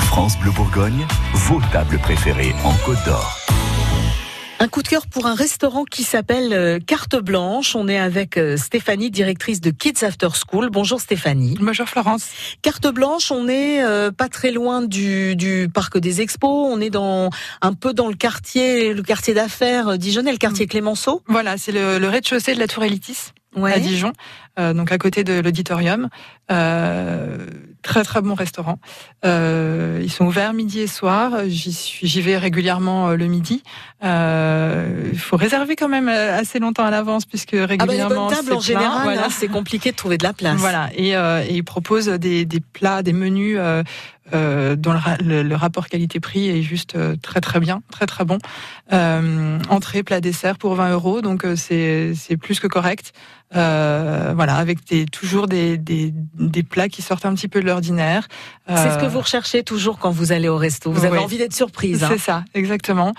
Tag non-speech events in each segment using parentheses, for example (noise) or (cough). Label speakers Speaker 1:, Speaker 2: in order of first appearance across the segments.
Speaker 1: France Bleu Bourgogne, vos tables préférées en Côte d'Or.
Speaker 2: Un coup de cœur pour un restaurant qui s'appelle euh, Carte Blanche. On est avec euh, Stéphanie, directrice de Kids After School. Bonjour Stéphanie.
Speaker 3: Bonjour Florence.
Speaker 2: Carte Blanche, on est euh, pas très loin du, du parc des expos. On est dans un peu dans le quartier, le quartier d'affaires euh, Dijonais, le
Speaker 3: Mm.
Speaker 2: quartier Clémenceau. Ah,
Speaker 3: Voilà, c'est le, le rez-de-chaussée de la Tour Elitis à
Speaker 2: Ouais.
Speaker 3: Dijon, euh, donc à côté de l'auditorium. Euh, très très bon restaurant. Euh, ils sont ouverts midi et soir. J'y suis, j'y vais régulièrement euh, le midi. Euh, Il faut réserver quand même euh, assez longtemps à l'avance puisque
Speaker 2: Ah bah les
Speaker 3: régulièrement
Speaker 2: bonnes tables en
Speaker 3: c'est plein.
Speaker 2: général,
Speaker 3: Voilà.
Speaker 2: hein, c'est compliqué de trouver de la place.
Speaker 3: Voilà, et, euh, et ils proposent des, des plats, des menus euh, euh, dont le, ra- le- le rapport qualité-prix est juste euh, très très bien, très très bon. Euh, entrée, plat, dessert pour 20 euros, donc euh, c'est c'est plus que correct. Euh, voilà, avec des, toujours des, des, des plats qui sortent un petit peu de l'ordinaire.
Speaker 2: C'est ce que
Speaker 3: Euh,
Speaker 2: vous recherchez toujours quand vous allez au resto. Vous avez
Speaker 3: Oui.
Speaker 2: envie d'être surprise. hein.
Speaker 3: (laughs) C'est ça, exactement.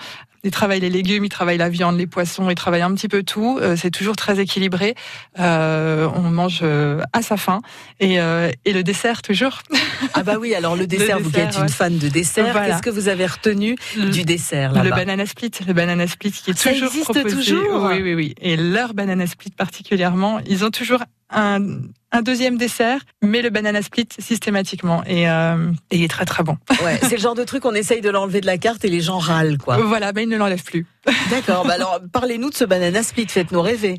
Speaker 3: Ils travaillent les légumes, ils travaillent la viande, les poissons, ils travaillent un petit peu tout. Euh, c'est toujours très équilibré. Euh, on mange euh, à sa faim et, euh, et le dessert toujours.
Speaker 2: Ah bah oui, alors le dessert, vous qui
Speaker 3: dessert,
Speaker 2: êtes
Speaker 3: ouais.
Speaker 2: une fan de dessert,
Speaker 3: Voilà.
Speaker 2: qu'est-ce que vous avez retenu du dessert là-bas
Speaker 3: Mmh. Le banana split, le banana split qui est
Speaker 2: Ça
Speaker 3: toujours
Speaker 2: existe
Speaker 3: proposé.
Speaker 2: toujours
Speaker 3: oui, oui, oui. Et leur banana split particulièrement, ils ont toujours un, un deuxième dessert, mais le banana split systématiquement. Et, euh, et il est très très bon.
Speaker 2: Ouais, c'est le genre de truc on essaye de l'enlever de la carte et les gens râlent quoi.
Speaker 3: Voilà, ben ils ne l'enlèvent plus.
Speaker 2: (laughs) D'accord. Bah alors parlez-nous de ce banana split, faites-nous rêver.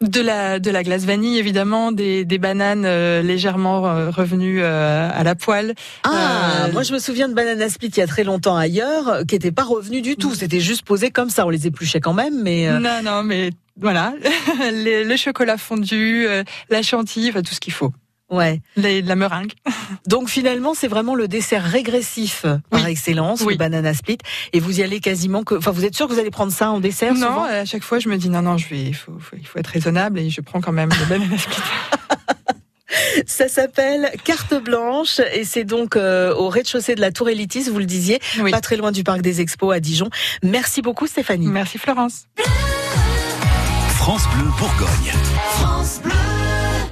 Speaker 3: De la, de la glace vanille, évidemment, des, des bananes euh, légèrement euh, revenues euh, à la poêle.
Speaker 2: Ah,
Speaker 3: Euh,
Speaker 2: moi je me souviens de banana split il y a très longtemps ailleurs, euh, qui n'était pas revenu du tout. C'était juste posé comme ça, on les épluchait quand même, mais euh,
Speaker 3: Non, non, mais voilà. (laughs) Les- le chocolat fondu, euh, la chantilly, enfin, tout ce qu'il faut.
Speaker 2: ouais.
Speaker 3: Les- la meringue.
Speaker 2: Donc finalement c'est vraiment le dessert régressif euh, par
Speaker 3: Oui.
Speaker 2: excellence, le
Speaker 3: Oui.
Speaker 2: banana split. Et vous y allez quasiment que, enfin vous êtes sûr que vous allez prendre ça en dessert
Speaker 3: non, euh,
Speaker 2: souvent
Speaker 3: à chaque fois, je me dis non, non, je vais, il faut, faut- il faut être raisonnable et je prends quand même le banana split.
Speaker 2: Ça s'appelle Carte Blanche et c'est donc euh, au rez-de-chaussée de la Tour Elitis, vous le disiez,
Speaker 3: Oui.
Speaker 2: pas très loin du parc des Expos à Dijon. Merci beaucoup Stéphanie.
Speaker 3: Merci Florence.
Speaker 1: France Bleu Bourgogne.
Speaker 4: France Bleu.